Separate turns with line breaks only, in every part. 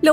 Lo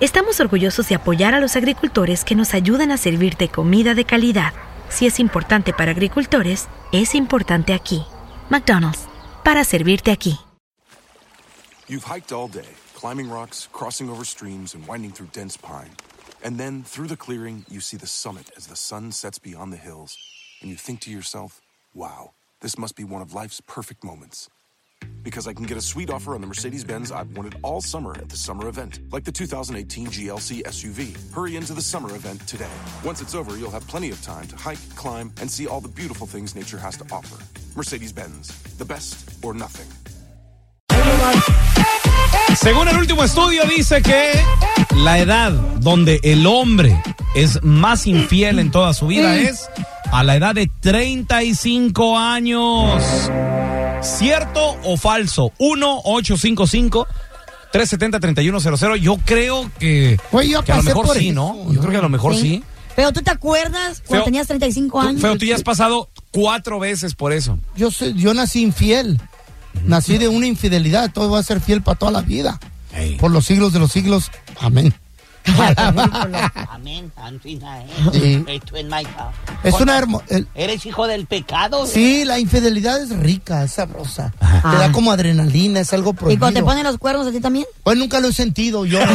estamos orgullosos de apoyar a los agricultores que nos ayudan a servirte comida de calidad. Si es importante para agricultores, es importante aquí. McDonald's, para servirte aquí.
You've hiked all day, climbing rocks, crossing over streams, and winding through dense pine. And then, through the clearing, you see the summit as the sun sets beyond the hills. And you think to yourself, wow, this must be one of life's perfect moments. Because I can get a sweet offer on the Mercedes Benz I've wanted all summer at the summer event, like the 2018 GLC SUV. Hurry into the summer event today. Once it's over, you'll have plenty of time to hike, climb, and see all the beautiful things nature has to offer. Mercedes Benz, the best or nothing.
Según el último estudio dice que la edad donde el hombre es más infiel en toda su vida
Mm.
es a la edad de 35 años. ¿Cierto o falso? 1-855-370-3100. Yo creo que,
Oye, yo
que a lo
pasé
mejor
por
sí,
eso,
¿no? Yo
¿no?
creo que a lo mejor sí.
Pero tú te acuerdas
Feo.
cuando tenías 35
Tú-
años.
Feo, tú ya has pasado cuatro veces por eso.
Yo, soy- yo nací infiel. Nací de una infidelidad. Todo va a ser fiel para toda la vida.
Ey.
Por los siglos de los siglos. Amén.
Amén, Santina, ¿eh?
Sí.
Esto es Maica.
Es
Con-
una hermosa.
Eres hijo del pecado.
Sí, la infidelidad es rica, es sabrosa. Te da
Ah.
como adrenalina, es algo
¿Y
prohibido.
cuando te ponen los cuernos a ti también?
Pues nunca lo he sentido yo.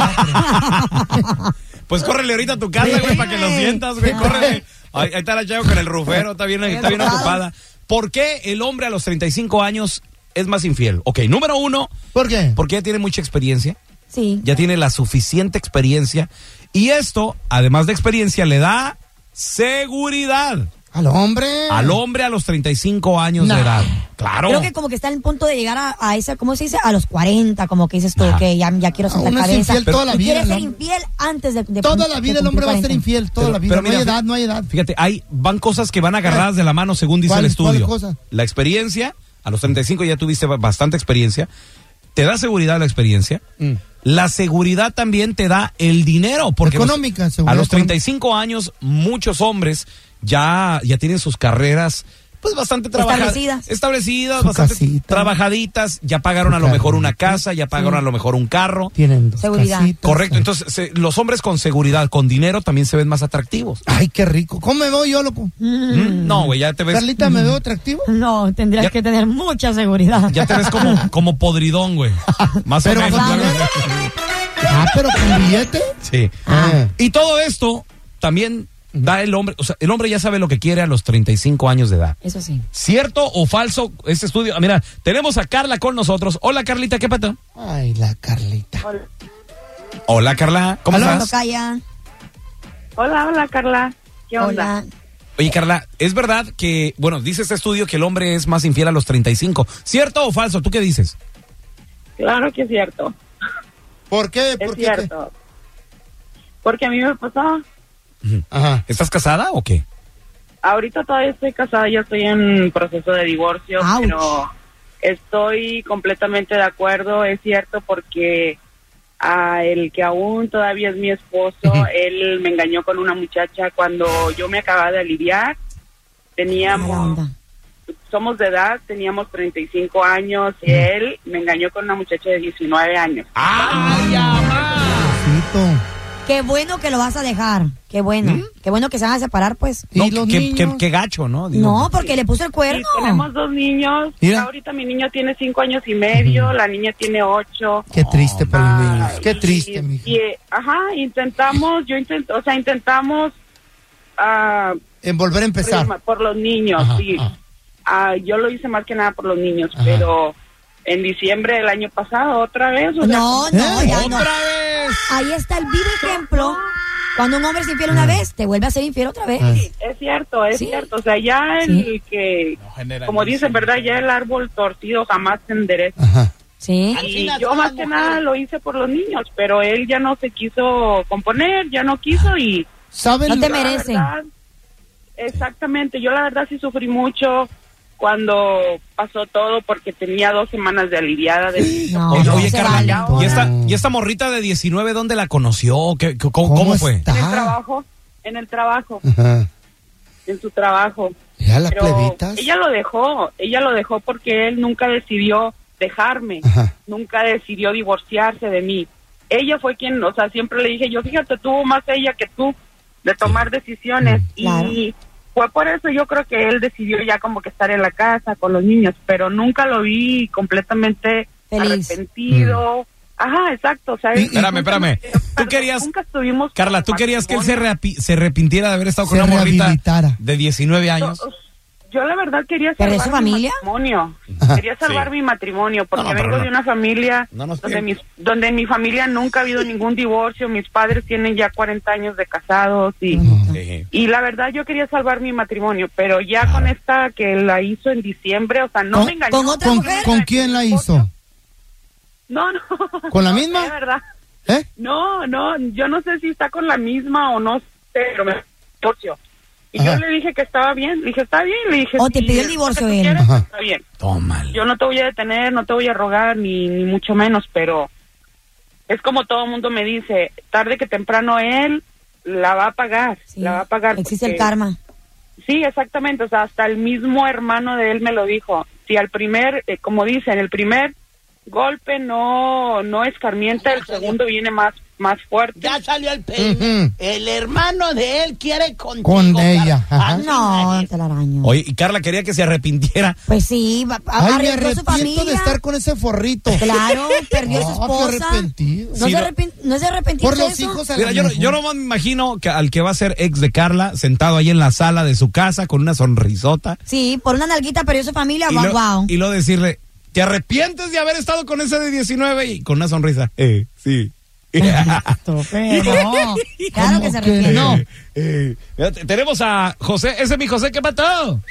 Pues córrele ahorita a tu casa, güey, para que lo sientas, güey. Córrele. Ahí, ahí está la chava con el rufero, está bien, está bien ocupada. ¿Por qué el hombre a los 35 años es más infiel? Ok, número uno,
¿Por qué?
porque ya tiene mucha experiencia,
Sí.
ya tiene la suficiente experiencia. Y esto, además de experiencia, le da seguridad
Al hombre.
al hombre a los 35 años
Nah.
de edad. Claro.
Creo que como que está en el punto de llegar a, a esa, ¿cómo se dice? A los 40, como que dices tú,
Ajá.
que ya, ya quiero
Ah,
sentar
uno es
cabeza.
infiel toda la
Y
vida,
Quieres
¿no?
ser infiel antes de, de-
Toda
de
la vida el
cumplir
hombre va a ser
40.
infiel. Toda
Pero-
la vida.
pero
no
mira,
hay
fí-
edad, no hay edad. Eh,
Fíjate, hay, van cosas que van agarradas de la mano según dice el
¿Cuál- cuál
estudio.
cosa?
La experiencia, a los 35 ya tuviste ba- bastante experiencia, te da seguridad la experiencia.
Mm.
La seguridad también te da el dinero. Porque
Económica,
los-
seguridad
a los
económica.
35 años, muchos hombres ya, ya tienen sus carreras. Pues bastante trabajadas.
Establecidas.
Establecidas,
Su
bastante
casita.
trabajaditas. Ya pagaron
Su
a lo mejor
carro.
una casa, ya pagaron a lo mejor un carro.
Tienen dos
Seguridad.
casitas.
Correcto. Entonces, se- los hombres con seguridad, con dinero, también se ven más atractivos.
Ay, qué rico. ¿Cómo me veo yo, loco?
Mm, No, güey, ya te ves.
Carlita, ¿me veo atractivo?
No, tendrías
Ya-
que tener mucha seguridad.
Ya te ves como, como podridón, güey. Más
Pero
o menos.
con
ya ves.
dinero. Ah, pero con billete.
Sí.
Ah.
Y todo esto también da el hombre. O sea, el hombre ya sabe lo que quiere a los 35 años de edad.
Eso sí.
¿Cierto o falso este estudio? Ah, Mira, tenemos a Carla con nosotros. Hola, Carlita, ¿qué pato?
Ay, la Carlita.
Hola, Carla, ¿cómo
Hola.
Cuando
estás?
calla.
Hola, hola Carla. ¿Qué onda?
Hola.
Oye, Carla, es verdad que, bueno, dice este estudio que el hombre es más infiel a los 35. ¿Cierto o falso? ¿Tú qué dices?
Claro que es cierto.
¿Por qué?
Es
¿Por qué?
cierto. Porque a mí me pasó.
Ajá.
¿Estás casada o qué?
Ahorita todavía estoy casada, yo estoy en proceso de divorcio,
Ouch.
pero estoy completamente de acuerdo. Es cierto porque a el que aún todavía es mi esposo, él me engañó con una muchacha cuando yo me acababa de aliviar.
Mala
Teníamos,
onda.
somos de edad, teníamos 35 años y él me engañó con una muchacha de 19 años.
Ah,
¡Ay, amá!
Pobrecito.
Qué bueno que lo vas a dejar. Qué bueno.
¿Mm?
Qué bueno que se van a separar, pues.
¿Y
No,
los
qué,
niños?
qué- qué gacho, ¿no? Digo,
No, porque le puso el
Y
cuerno.
tenemos dos niños.
Mira.
Ahorita mi niño tiene 5 años y medio, la niña tiene 8.
Qué
Oh,
triste por los niños.
Ay,
Qué triste,
y-
mija.
y, eh, ajá, intentamos, yo intento, o sea, intentamos ah,
En volver a empezar.
prima- por los niños,
Ajá,
sí.
ajá.
Ah, yo lo hice más que nada por los niños,
Ajá.
pero en diciembre del año pasado, otra vez. o sea,
No, no,
¿Eh?
ya no.
¡Otra vez!
Ahí está el vivo ejemplo. Cuando un hombre es infiel una vez, te vuelve a ser infiel otra vez.
Ay.
es cierto, es
Sí.
cierto. O sea, ya el
Sí.
que,
No, generalices.
como dicen, ¿verdad? Ya el árbol torcido jamás se endereza.
Ajá.
Sí.
Al fin
Y
las
yo
dos
más que
mujeres.
nada lo hice por los niños, pero él ya no se quiso componer, ya no quiso y...
¿Saben?
No te
La
merecen.
verdad, exactamente, yo la verdad sí sufrí mucho cuando pasó todo porque tenía dos semanas de aliviada de
No,
Oye,
no
oye,
se
Carla,
vale.
¿y esta, y esta morrita de 19 dónde la conoció? ¿Qué- qué- cómo,
¿Cómo
cómo fue?
está?
en el trabajo, en el trabajo,
Ajá.
en su trabajo.
Ya las
Pero
plebitas.
ella lo dejó, ella lo dejó porque él nunca decidió dejarme,
Ajá.
nunca decidió divorciarse de mí. Ella fue quien, o sea, siempre le dije, yo fíjate, tuvo más ella que tú de tomar decisiones y
Mm, Claro.
fue por eso yo creo que él decidió ya como que estar en la casa con los niños, pero nunca lo vi completamente
Feliz. Mm.
arrepentido. Ajá, exacto. O sea,
Y-
él
y-
Espérame,
nunca-
espérame.
Perdón,
Tú querías-
nunca estuvimos
Carla, ¿tú
como
querías que él se,
matrimonio.
reapi- se arrepintiera de haber estado con
Se
una morrita
rehabilitara.
de 19 años?
Yo la verdad quería
¿Pero
salvar
es su
mi
familia?
matrimonio.
Ajá.
Quería salvar
Sí.
mi matrimonio porque
No, no, pero
vengo
no.
de una familia
No nos
donde,
tiempo.
mis, donde en mi familia nunca ha habido ningún divorcio. Mis padres tienen ya 40 años de casados y,
Sí.
y la verdad yo quería salvar mi matrimonio, pero ya con esta que la hizo en diciembre, o sea, no
¿Con-
me engañó.
con otra
¿Con,
mujer?
con quién la hizo?
No, no.
¿Con la
No
misma?
sé, verdad.
¿Eh?
No, no, yo no sé si está con la misma o no sé, pero me divorcio. Y
Ajá.
yo le dije que estaba bien, le dije, está bien, le dije...
O Oh, te
sí,
pidió el
es lo que
divorcio
tú
él.
quieres,
Ajá.
Está bien.
Tómale.
yo no te voy a detener, no te voy a rogar, ni, ni mucho menos, pero es como todo el mundo me dice, tarde que temprano él la va a pagar,
Sí.
la va a pagar.
Existe el
porque-
karma.
Sí, exactamente, o sea, hasta el mismo hermano de él me lo dijo. Si al primer, eh, como dicen, el primer golpe no no escarmienta, el segundo viene más más fuerte.
Ya salió el pe...
Ujú.
El hermano de él quiere contigo.
Con ella,
Carla.
ajá.
Al fin
No,
las-
te la araño.
Oye, y Carla quería que se arrepintiera.
Pues sí, va-
Ay,
a-
me
arriesgó su
arrepiento
familia.
de estar con ese forrito.
Claro, perdió a su
Ah, qué
esposa.
arrepentido.
No,
Sí,
se
no-
arrepent- no se arrepintió
Por
de
los
eso.
hijos a la
Mira, yo, no-
mejor.
yo nomás me imagino que al que va a ser ex de Carla, sentado ahí en la sala de su casa con una sonrisota.
Sí, por una nalguita perdió su familia.
y
Wow,
lo-
wow.
Y luego decirle, ¿te arrepientes de haber estado con ese de 19? Y con una sonrisa, eh, sí.
No, claro que se
¿Cómo
arrepiente.
que no?
Eh, eh. Mira, te- Tenemos a José, ese es mi José, ¿qué patado?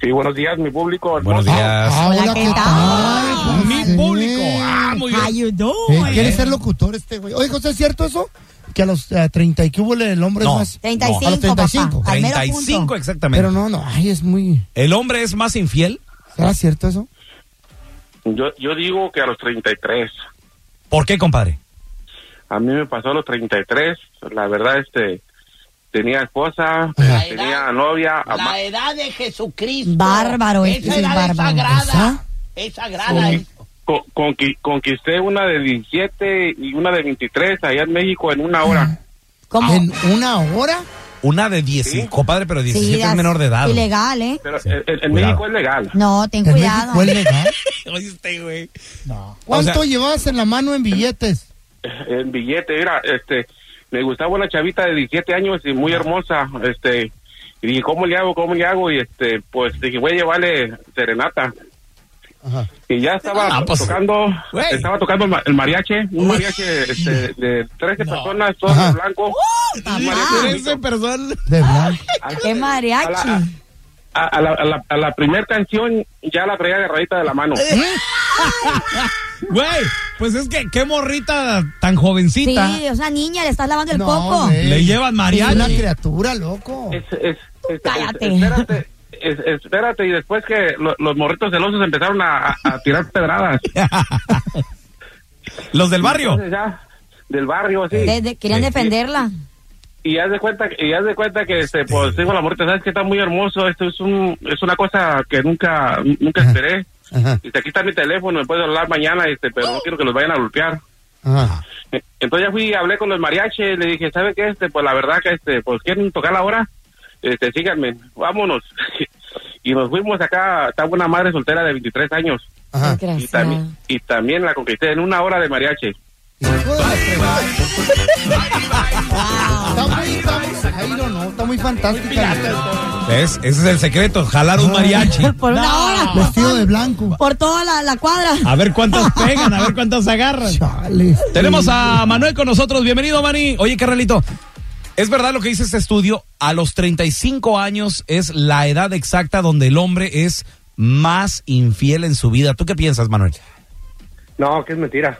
Sí, buenos días, mi público.
Buenos días.
Ah, hola,
Hola,
¿qué
¿qué
tal?
tal?
mi
José.
público. Ah, muy
How
bien.
you
Eh,
doing?
quiere ser locutor este güey. Oye, José, ¿es cierto eso? Que a los eh, 30 y que hubo el hombre
No.
es más.
35,
a los 35.
papá. Al mero punto.
35 exactamente.
Pero no, no, ay, es muy.
¿El hombre es más infiel?
¿Será cierto eso?
Yo, yo digo que a los 33.
¿Por qué, compadre?
A mí me pasó a los 33. La verdad, este, tenía esposa,
Ajá.
tenía novia, ama-
La edad de Jesucristo.
Bárbaro, este
Esa
es
edad
bárbaro.
es
¿Esa?
sagrada. Es sagrada.
conqui- co- conqui- conquisté una de 17 y una de 23 allá en México en una hora.
¿Cómo?
¿En una hora?
Una de 10,
Sí.
compadre, pero 17 es
das-
menor de edad. güey.
Ilegal, ¿eh?
Pero
Sí,
en, en- en
cuidado.
México es legal.
No, ten
¿En
cuidado.
México es legal?
Oíste, güey.
¿Cuánto
O sea-
llevabas en la mano en billetes?
En billete, mira, este, me gustaba una chavita de 17 años y muy hermosa, este, y dije, ¿cómo le hago? ¿Cómo le hago? Y este, pues dije, voy a llevarle serenata.
Ajá.
y ya estaba
Ah, pues,
tocando
güey.
estaba tocando el ma- el mariachi un mariachi este, de 13 personas todos
Ajá.
de blanco
papá.
Un mariachi bonito.
persona.
De blanco.
Al-
¡Qué
Ah, a la,
mariachi!
a- a la, a la, a la primera canción ya la traía agarradita de la mano
Güey, pues es que qué morrita tan jovencita.
Sí, es una niña, le estás lavando el coco.
güey.
Le llevan mariachi.
Es una criatura, loco.
Es- es- es-
cállate.
es- espérate es- espérate y después que lo- los morritos celosos empezaron a, a- a tirar pedradas
¿Los del barrio?
Entonces ya, del barrio, sí.
Desde- querían defenderla.
Y haz de cuenta, y haz de cuenta que este, pues digo la muerte, sabes que está muy hermoso, esto es un, es una cosa que nunca, nunca esperé. Este, aquí está mi teléfono, me puedes hablar mañana, este, pero no quiero que los vayan a golpear. Eh, Entonces ya fui y hablé con los mariachis, le dije, ¿sabe qué? Este, pues la verdad que este, pues quieren tocar la hora, este, síganme, vámonos. y nos fuimos acá, estaba una madre soltera de 23 años,
Desgraciada.
y también la conquisté en una hora de mariachi.
Está muy, está muy- I don't know, está muy fantástica.
¿Ves? Ese es el secreto, jalar un mariachi.
Ah. Por una hora.
Vestido de blanco.
Por toda la, la cuadra.
A ver cuántas pegan, a ver cuántas agarran.
Chale.
Tenemos a Manuel con nosotros. Bienvenido, Mani. Oye, carnalito, es verdad lo que dice este estudio. A los 35 años es la edad exacta donde el hombre es más infiel en su vida. ¿Tú qué piensas, Manuel?
No, que es mentira.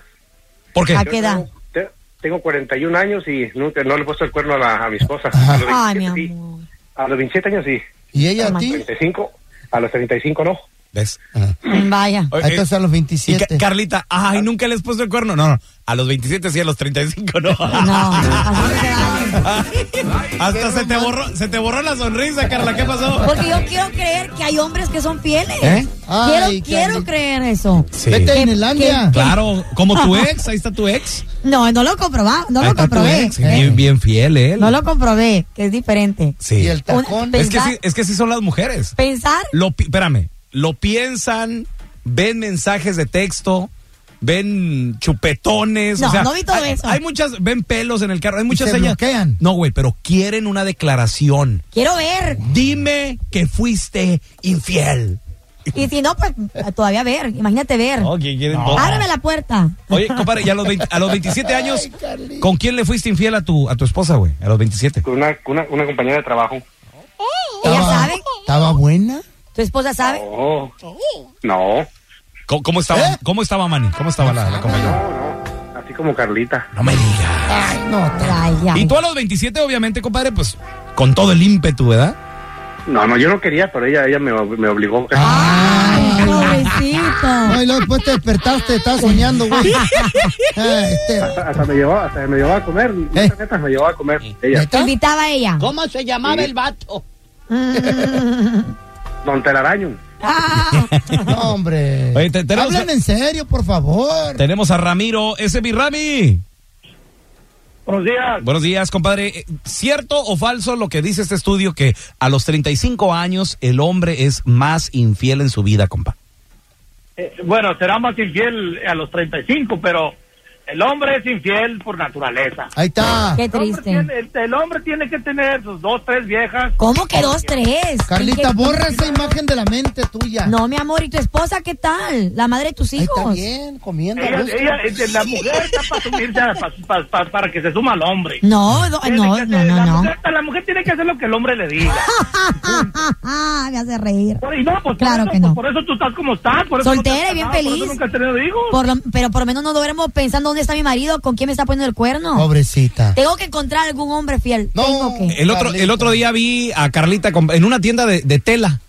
¿Por qué?
¿A qué edad?
Te- Tengo 41 años y nunca, no le he puesto el cuerno a, la- a mi esposa. A los,
Ay, mi
27 sí.
amor.
A los 27 años sí.
¿Y ella a ti?
35, a los 35 no.
¿Ves? Eh,
Vaya.
Oye,
Entonces a los
y Ca-
27.
Carlita,
Ah.
ay, nunca les puso el cuerno. No, no, a los 27 sí, a los 35 no.
No, así no se vale.
Hasta se te, borró, se te borró la sonrisa, Carla. ¿Qué pasó?
Porque yo quiero creer que hay hombres que son fieles.
¿Eh?
Quiero,
Ay,
quiero
Carlita.
creer eso.
Sí.
Vete a
¿Qué-
Inlandia.
Claro, como tu ex, ahí está tu ex.
No, no lo comprobaba, no
Ahí
lo
está tu
comprobé.
ex, Bien, bien fiel, ¿eh?
No lo comprobé, que es diferente.
Sí.
Y el tacón.
Un-
Es que,
Pensar-
sí, es que sí son las mujeres.
Pensar,
Lo, pi- espérame, lo piensan, ven mensajes de texto, ven chupetones.
No,
o sea,
no vi todo
hay,
eso.
hay muchas, ven pelos en el carro, hay muchas
se
señas.
bloquean.
No, güey, pero quieren una declaración.
quiero ver.
Dime que fuiste infiel.
Y si no, pues todavía ver. Imagínate ver.
quieren
Ábreme la puerta.
Oye, compadre, ya a los, 20 a los 27 años, ¿con quién le fuiste infiel a tu, a tu esposa, güey? A los 27.
Con una, con una, una compañera de trabajo.
Ella
Estaba-
sabe,
¿Estaba buena?
tu esposa sabe.
Oh. No,
¿Cómo, cómo estaba, ¿Cómo estaba Manny? ¿Cómo estaba la, la compañera?
así como Carlita.
No me digas.
Ay, no.
Ay, ay.
Y tú a los 27, obviamente, compadre, pues con todo el ímpetu, ¿verdad?
No, no, yo no quería, pero ella, ella me, me obligó.
Ay,
No,
pobrecito.
y luego después te despertaste, estás soñando, güey. Ay, este-
Hasta me llevó, hasta me llevó a comer.
¿Eh?
Neta, neta, me llevó a comer. Ella,
Te invitaba a ella.
¿Cómo se llamaba el vato?
Don Telaraño.
Ah,
No, hombre.
Oye, te- tenemos-
Hablen en serio, por favor.
Tenemos a Ramiro, ese es mi Rami.
Buenos días.
Buenos días, compadre. Eh, ¿Cierto o falso lo que dice este estudio que a los 35 años el hombre es más infiel en su vida, compa?
Eh, bueno, será más infiel a los 35, pero el hombre es infiel por naturaleza.
Ahí está.
qué
El hombre, tiene,
triste.
el, el hombre tiene que tener sus dos, tres viejas.
¿Cómo que dos, tres?
Carlita,
¿Qué-
borra esa imagen de la mente tuya.
No, mi amor, ¿y tu esposa qué tal? ¿La madre de tus
Ahí está
hijos?
bien, comiendo. a
Ella,
gusto.
ella- eh, la mujer está para sumirse, a- pa- pa- pa- para que se suma al hombre.
No, no,
Tiene que
no,
hacer-
no,
la,
no. no.
Mujer, la mujer tiene que hacer lo que el hombre le diga.
Ah, me hace reír.
Por- y no, pues,
Claro
por eso,
que
pues,
no.
por eso tú estás como estás. Por eso
Soltera
no te has
y bien
casado, por eso
feliz.
nunca has tenido hijos.
Por lo- pero por lo menos no duermo pensando dónde está mi marido, con quién me está poniendo el cuerno.
Pobrecita.
Tengo que encontrar algún hombre fiel.
No.
Tengo que.
El otro,
Carlita.
el otro día vi a Carlita comp- en una tienda de, de tela.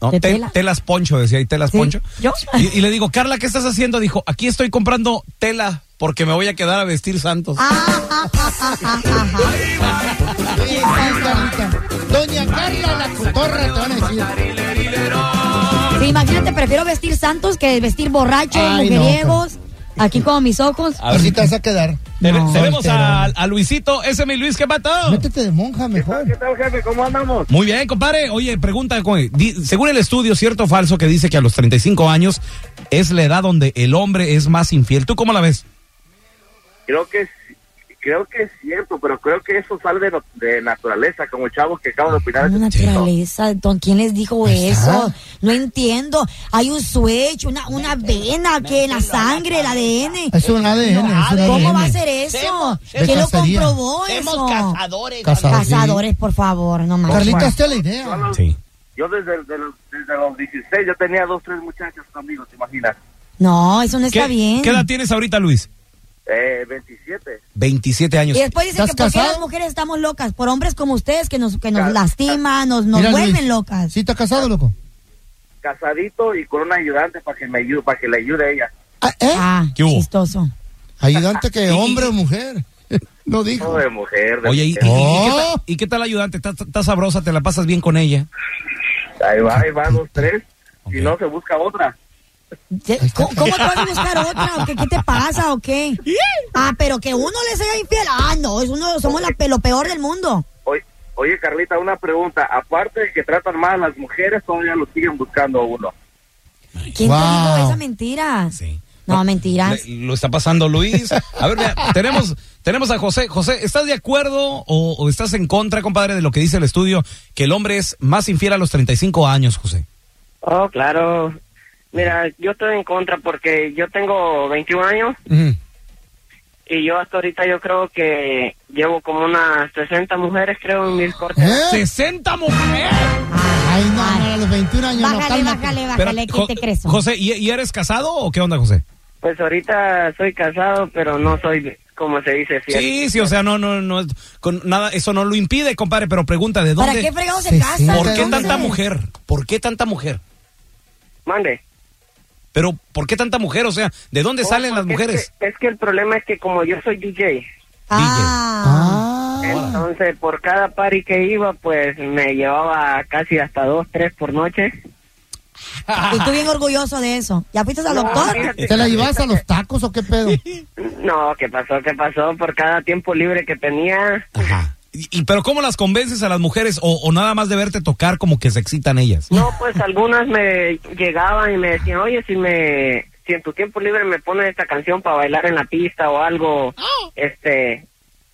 ¿no?
¿De
Te-
tela?
Telas Poncho, decía ahí, telas
Sí,
Poncho.
yo.
Y, y le digo, Carla, ¿qué estás haciendo? Dijo, aquí estoy comprando tela porque me voy a quedar a vestir santos.
Ah, ah, ah, ah, ah, ah, ah.
Sí, está, Carlita. Doña Carla la cotorra, te van a decir.
Sí, imagínate, prefiero vestir santos que vestir borrachos,
Ay, no,
mujeriegos. aquí con mis ojos.
A ver.
Así te vas a quedar.
Te-
No.
Tenemos a,
Soltero.
a Luisito, ese es mi Luis, ¿qué mató?
Métete de monja mejor.
¿Qué tal, jefe? ¿Cómo andamos?
Muy bien, compadre. Oye, pregunta, güey. Di- según el estudio, ¿cierto o falso que dice que a los 35 años es la edad donde el hombre es más infiel? ¿Tú cómo la ves?
Creo que creo que es cierto, pero creo que eso sale de, naturaleza, como chavo que acabo de opinar.
Una Ah, naturaleza, don, ¿quién les dijo eso? No entiendo. Hay un switch, una, una vena que en la sangre, el ADN.
Es un ADN. es un ADN.
¿Cómo va a ser eso?
Semos-
¿Quién lo
cacería.
comprobó eso?
Somos cazadores.
Casa-
Cazadores, por favor, no más.
Carlita, hazte la idea.
Sí.
Yo desde, de los- desde los 16 yo tenía dos, tres muchachas conmigo, ¿te imaginas?
No, eso no está
¿Qué,
bien.
¿Qué edad tienes ahorita, Luis?
Eh, 27.
27 años.
Y después dicen que
¿Estás
por qué las
casado?
mujeres estamos locas, por hombres como ustedes que nos, que nos
Claro.
lastiman, nos, nos
Mira, Luis,
vuelven locas.
¿Sí estás casado, loco?
Casadito y con una ayudante para que me ayude, para que le ayude a ella.
Ah, ¿Eh?
Ah,
¿Qué hubo?
chistoso.
Ayudante que hombre o mujer. No dijo.
de mujer. de
Oye, ¿y, y-
mujer.
y- y qué tal, y qué tal ayudante? ¿Está- ¿Está sabrosa? ¿Te la pasas bien con ella?
Ahí va, ahí va, dos, tres. Si no, se busca otra.
¿Cómo, cómo te vas a buscar otra? ¿O qué, qué te pasa o qué? Ah, pero que uno le sea infiel. Ah, no, es uno, somos la, pe- lo peor del mundo.
Oye, oye, Carlita, una pregunta. Aparte de que tratan mal a las mujeres, todavía lo siguen buscando a uno.
¿Quién
Wow.
te dijo esas mentiras? No, mentiras.
Le- lo está pasando Luis. A ver, mira, tenemos, tenemos a José. José, ¿estás de acuerdo o, o estás en contra, compadre, de lo que dice el estudio? Que el hombre es más infiel a los 35 años, José.
Oh, claro. Mira, yo estoy en contra porque yo tengo 21 años y yo hasta ahorita yo creo que llevo como unas 60 mujeres, creo, en mis cortes.
¿Eh? ¡60 mujeres!
¿Eh? Ay, no, no, a los 21 años no,
Bájale,
cálmate.
bájale,
Espera,
bájale,
Jo-
¿qué te crees?
José, ¿y, y eres casado o qué onda, José?
Pues ahorita soy casado, pero no soy, como se dice, fiel.
Sí, sí, o sea, no, no, no, es- con nada, eso no lo impide, compadre, pero pregunta, ¿de dónde?
¿Para qué fregados se casan?
¿Por
¿De
qué
dónde?
tanta mujer? ¿Por qué tanta mujer?
Mande.
Pero, ¿por qué tanta mujer? O sea, ¿de dónde
Oh,
salen las
porque
mujeres?
Es que, es que el problema es que como yo soy DJ, Ah.
Ah.
Ah.
Ah.
entonces por cada party que iba, pues me llevaba casi hasta dos, tres por noche.
Y tú bien orgulloso de eso. ¿Ya fuiste al
No,
doctor?
fíjate. ¿Te la llevas
a los tacos o qué pedo?
No, ¿qué pasó? ¿Qué pasó? Por cada tiempo libre que tenía,
¿Y pero cómo las convences a las mujeres o, o nada más de verte tocar como que se excitan ellas?
No, pues algunas me llegaban y me decían, oye, si me, si en tu tiempo libre me pones esta canción para bailar en la pista o algo, este,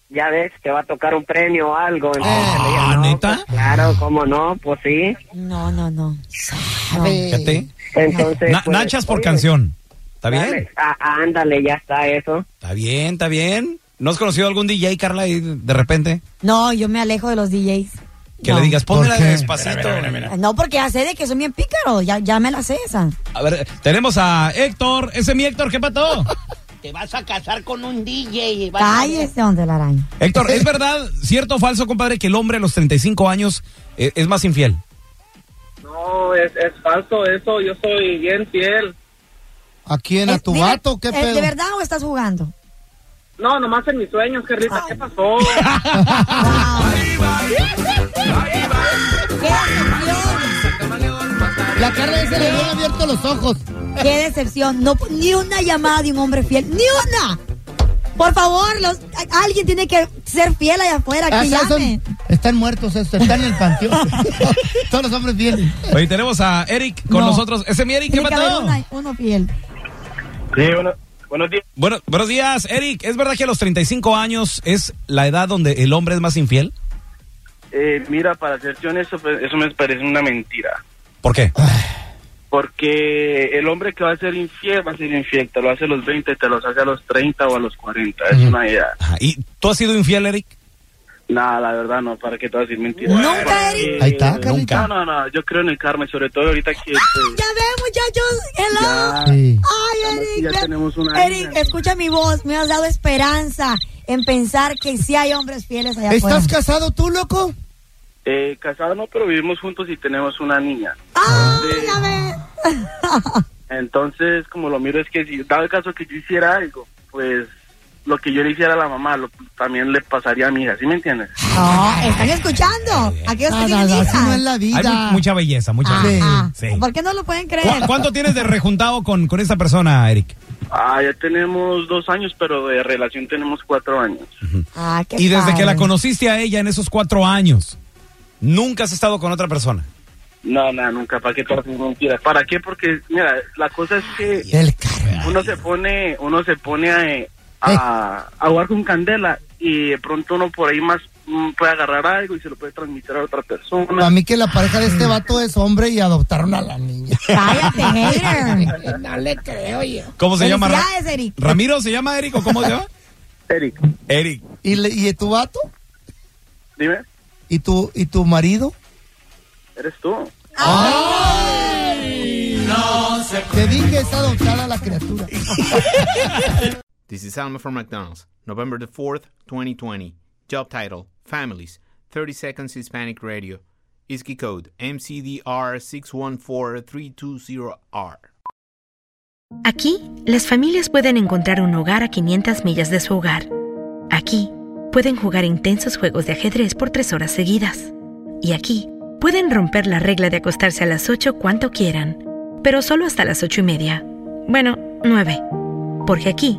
ya ves, te va a tocar un premio o algo. Entonces,
Ah,
le dije, "No, pues, claro, cómo no, pues sí.
No, no, no.
Fíjate.
Entonces,
Na-
pues,
nachas por
oye,
canción. ¿Está
dale,
bien?
á- ándale, ya está eso.
¿Está bien? ¿Está bien? ¿No has conocido algún DJ, Carla, y de repente
No, yo me alejo de los DJs.
que le digas, pónmela despacito?
No, porque ya sé de que son bien pícaros. Ya, ya me la sé esa.
A ver, tenemos a Héctor. Ese es mi Héctor, ¿qué pato?
Te vas a casar con un DJ. y vas a ver.
Cállese donde la araña.
Héctor, ¿es verdad, cierto o falso, compadre, que el hombre a los 35 años eh, es más infiel?
No, es, es falso eso. Yo soy bien fiel.
¿A quién? ¿A tu
Dime,
vato? ¿Qué
¿eh,
pedo?
¿De verdad o estás jugando?
No, nomás en mis sueños, Carlita. ¿Qué pasó?
Ah. La Carla ya se le habían abierto los ojos.
Qué decepción. No, ni una llamada de un hombre fiel. ¡Ni una! Por favor, los, a- alguien tiene que ser fiel allá afuera.
Ah,
Que
esos
llame.
son- están muertos, esos, están en el panteón. Todos los hombres vienen.
Oye, tenemos a Eric con
No.
nosotros. Ese es mi Eric, ¿qué
Tiene que haber
pato?
una- uno fiel.
buenos días. buenos días, Eric. ¿Es verdad que a los 35 años es la edad donde el hombre es más infiel?
Eh, mira, para ser honesto, pues, eso me parece una mentira.
¿Por qué?
Porque el hombre que va a ser infiel va a ser infiel. Te lo hace a los 20, te los hace a los 30 o a los 40. Es
Ujú.
una idea.
Ajá, ¿Y tú has sido infiel, Eric?
Nada, la verdad no, para que te vas a decir mentiras.
Nunca,
Eric. Ahí está, Carlita.
Nunca. No, no, no, yo creo en el karma y sobre todo ahorita que... pues,
Ah, Ya ven, muchachos.
Ah,
Ya.
Hello.
Sí.
Ay, Eric.
Ya
ven.
tenemos una
Eric, escucha mi voz. Me has dado esperanza en pensar que sí hay hombres fieles allá afuera.
¿Estás casado tú, loco?
Eh, casado no, pero vivimos juntos y tenemos una niña. Entonces- Entonces, como lo miro es que si dado el caso que yo hiciera algo, pues lo que yo le hiciera a la mamá lo- también le pasaría a mi hija, ¿sí me entiendes?
No, están escuchando. Aquellos que
Ah, no,
tienen
no,
hijas.
así no es la
Hay mu- mucha belleza, mucha
Ah.
Ajá.
belleza. Sí.
¿Por qué no lo pueden
¿Cu-
creer?
¿Cuánto tienes de rejuntado con, con esa persona, Eric?
Ah, ya tenemos dos años, pero de relación tenemos cuatro años.
Ah, qué
Y desde
padre.
que la conociste a ella en esos cuatro años, nunca has estado con otra persona.
No, no, nunca, ¿para qué todas mis mentiras? ¿Para qué? Porque, mira, la cosa es que uno se pone, uno se pone a, eh, a, a jugar con candela y de pronto uno por ahí más mm, puede agarrar algo y se lo puede transmitir a otra persona.
A mí que la pareja de este vato es hombre y adoptaron a la niña.
Cállate, hater.
No le creo yo.
¿Cómo se llama? Ra-
Felicidades, Eric.
¿Ramiro se llama Eric o cómo se llama?
Eric.
Eric.
¿Y, le- y tu vato?
Dime,
¿Y tu, y tu marido?
eres tú.
No se Te dije es adoptada la criatura.
This is Alma from McDonald's, November the 4th, 2020. Job title Families, 30 Seconds Hispanic Radio. ISKI code MCDR614320R.
Aquí, las familias pueden encontrar un hogar a 500 millas de su hogar. Aquí, pueden jugar intensos juegos de ajedrez por tres horas seguidas. Y aquí, pueden romper la regla de acostarse a las 8 cuanto quieran, pero solo hasta las 8 y media. Bueno, 9. Porque aquí,